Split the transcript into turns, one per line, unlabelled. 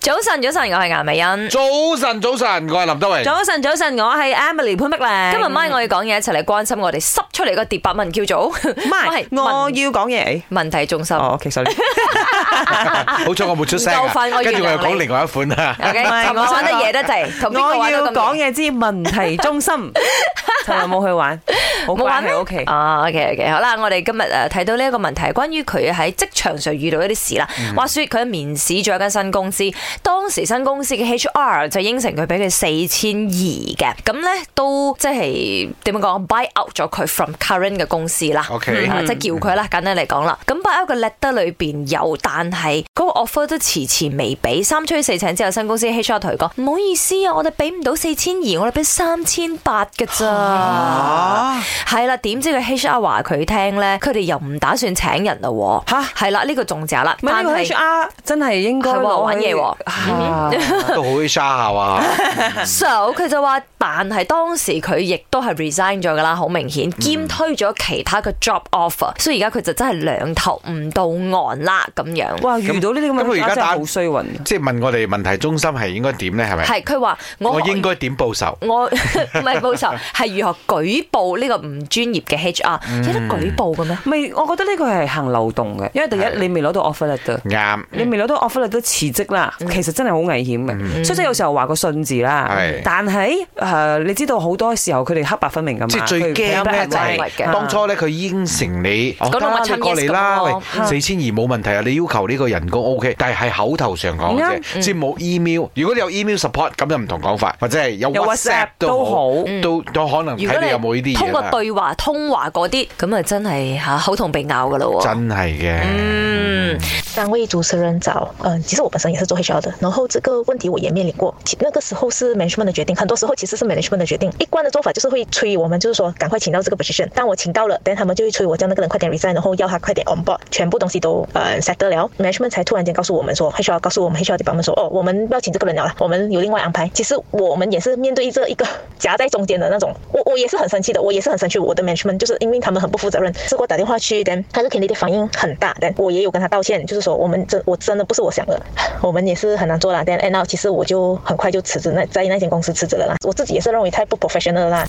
早晨，早晨，我係顏美欣。
早晨，早晨，我系林德荣。
早晨，早晨，我係 Emily 潘碧玲。
今日晚我要講嘢，一齊嚟關心我哋濕出嚟個碟白文叫做
唔 係，我
問
要講嘢。
問題中心。
哦，其實
好彩我冇出聲
唔夠快
啊，
我
跟住我又
原諒
講
你
另 外一款啦。
OK，
唔係
琴晚
我
玩得嘢得滯，同邊個
我
玩
要
得咁
講
講
嘢之問題中 心，尋日冇去玩，冇
冇玩
關
咩
係 O K。
啊，OK OK，好啦，我哋今日誒睇到呢一個問題，關於佢喺職場上遇到一啲事啦。話說佢面試咗一間新公司，當時新公司嘅 HR 就應承佢俾佢四千二嘅，咁咧都即係點樣講 buy out 咗佢 from current 嘅公司啦。
OK
啊即係叫佢啦，簡單嚟講啦。咁 buy out 嘅 letter 裏邊有，但係嗰個 offer 都遲遲未俾，三催四請之後，新公司 HR 同佢講唔好意思啊，我哋俾唔到四千二，我哋俾三千八嘅咋。係啦，點知個 HR 話佢聽咧，佢哋又唔打算請人嘞喎。
吓
係啦，呢個仲渣啦，
唔係呢
但
個
係
H R 真係應該
係喎
攞去
玩嘢喎
啊
都好沙下哇！
So，佢就話，但係當時佢亦都係 resign 咗噶啦，好明
嗯
顯，兼推咗其他嘅 job offer，所以而家佢就真係兩頭唔到岸啦咁樣。
哇！遇到呢啲咁
咁佢
嘅
而家
HR 真係
打
好衰運。
即係問我哋問題中心係應該點咧？係咪？
係佢話我
我應該點報仇？
我 唔係報仇，係如何舉報呢個唔專業嘅 HR？有
嗯
得舉報嘅咩？
唔係，我覺得呢個係行漏洞嘅，因為第
係
一你未攞到 offer letter。
啱。
你未攞到 offer 你都辭職啦，其實真係好危險嘅。所以即係有時候話個信字啦
係，
但係誒你知道好多時候佢哋黑白分明噶嘛，
即係最
佢
驚咧，
black
就
and
係
white
係
嘅
當初咧佢應承你，哦
講到
得啦
乜春
你過嚟啦，
yes
喂
咁咯
四千二冇問題啊，你要求呢個人工 O K，但係係口頭上講嘅啫，即係冇 email。如果你有 email support 咁就唔同講法，或者係有
有
WhatsApp
WhatsApp
都好
都好，
都都可能
如果
睇你有冇呢啲
通
嘢
過
啦。
對話、通話嗰啲，咁啊真係嚇口同鼻拗噶咯喎。
真係嘅。
嗯。
三位主持人早，嗯，其实我本身也是做 HR 的，然后这个问题我也面临过。其那个时候是 management 的决定，很多时候其实是 management 的决定。一贯的做法就是会催我们，就是说赶快请到这个 position。当我请到了，等他们就会催我叫那个人快点 resign，然后要他快点 on board，全部东西都呃 settle 了，management 才突然间告诉我们说，HR 告诉我们 HR 的 e 们说，哦，我们不要请这个人了啦，我们有另外安排。其实我们也是面对这一个夹在中间的那种，我我也是很生气的，我也是很生气，我的 management 就是因为他们很不负责任，试过打电话去，但他是 Kenny 的反应很大，但我也有跟他道歉，就是说我们真我真的不是我想的，我们也是很难做啦。但 end up 其实我就很快就辞职那在那间公司辞职了啦，我自己也是认为太不 professional 了啦。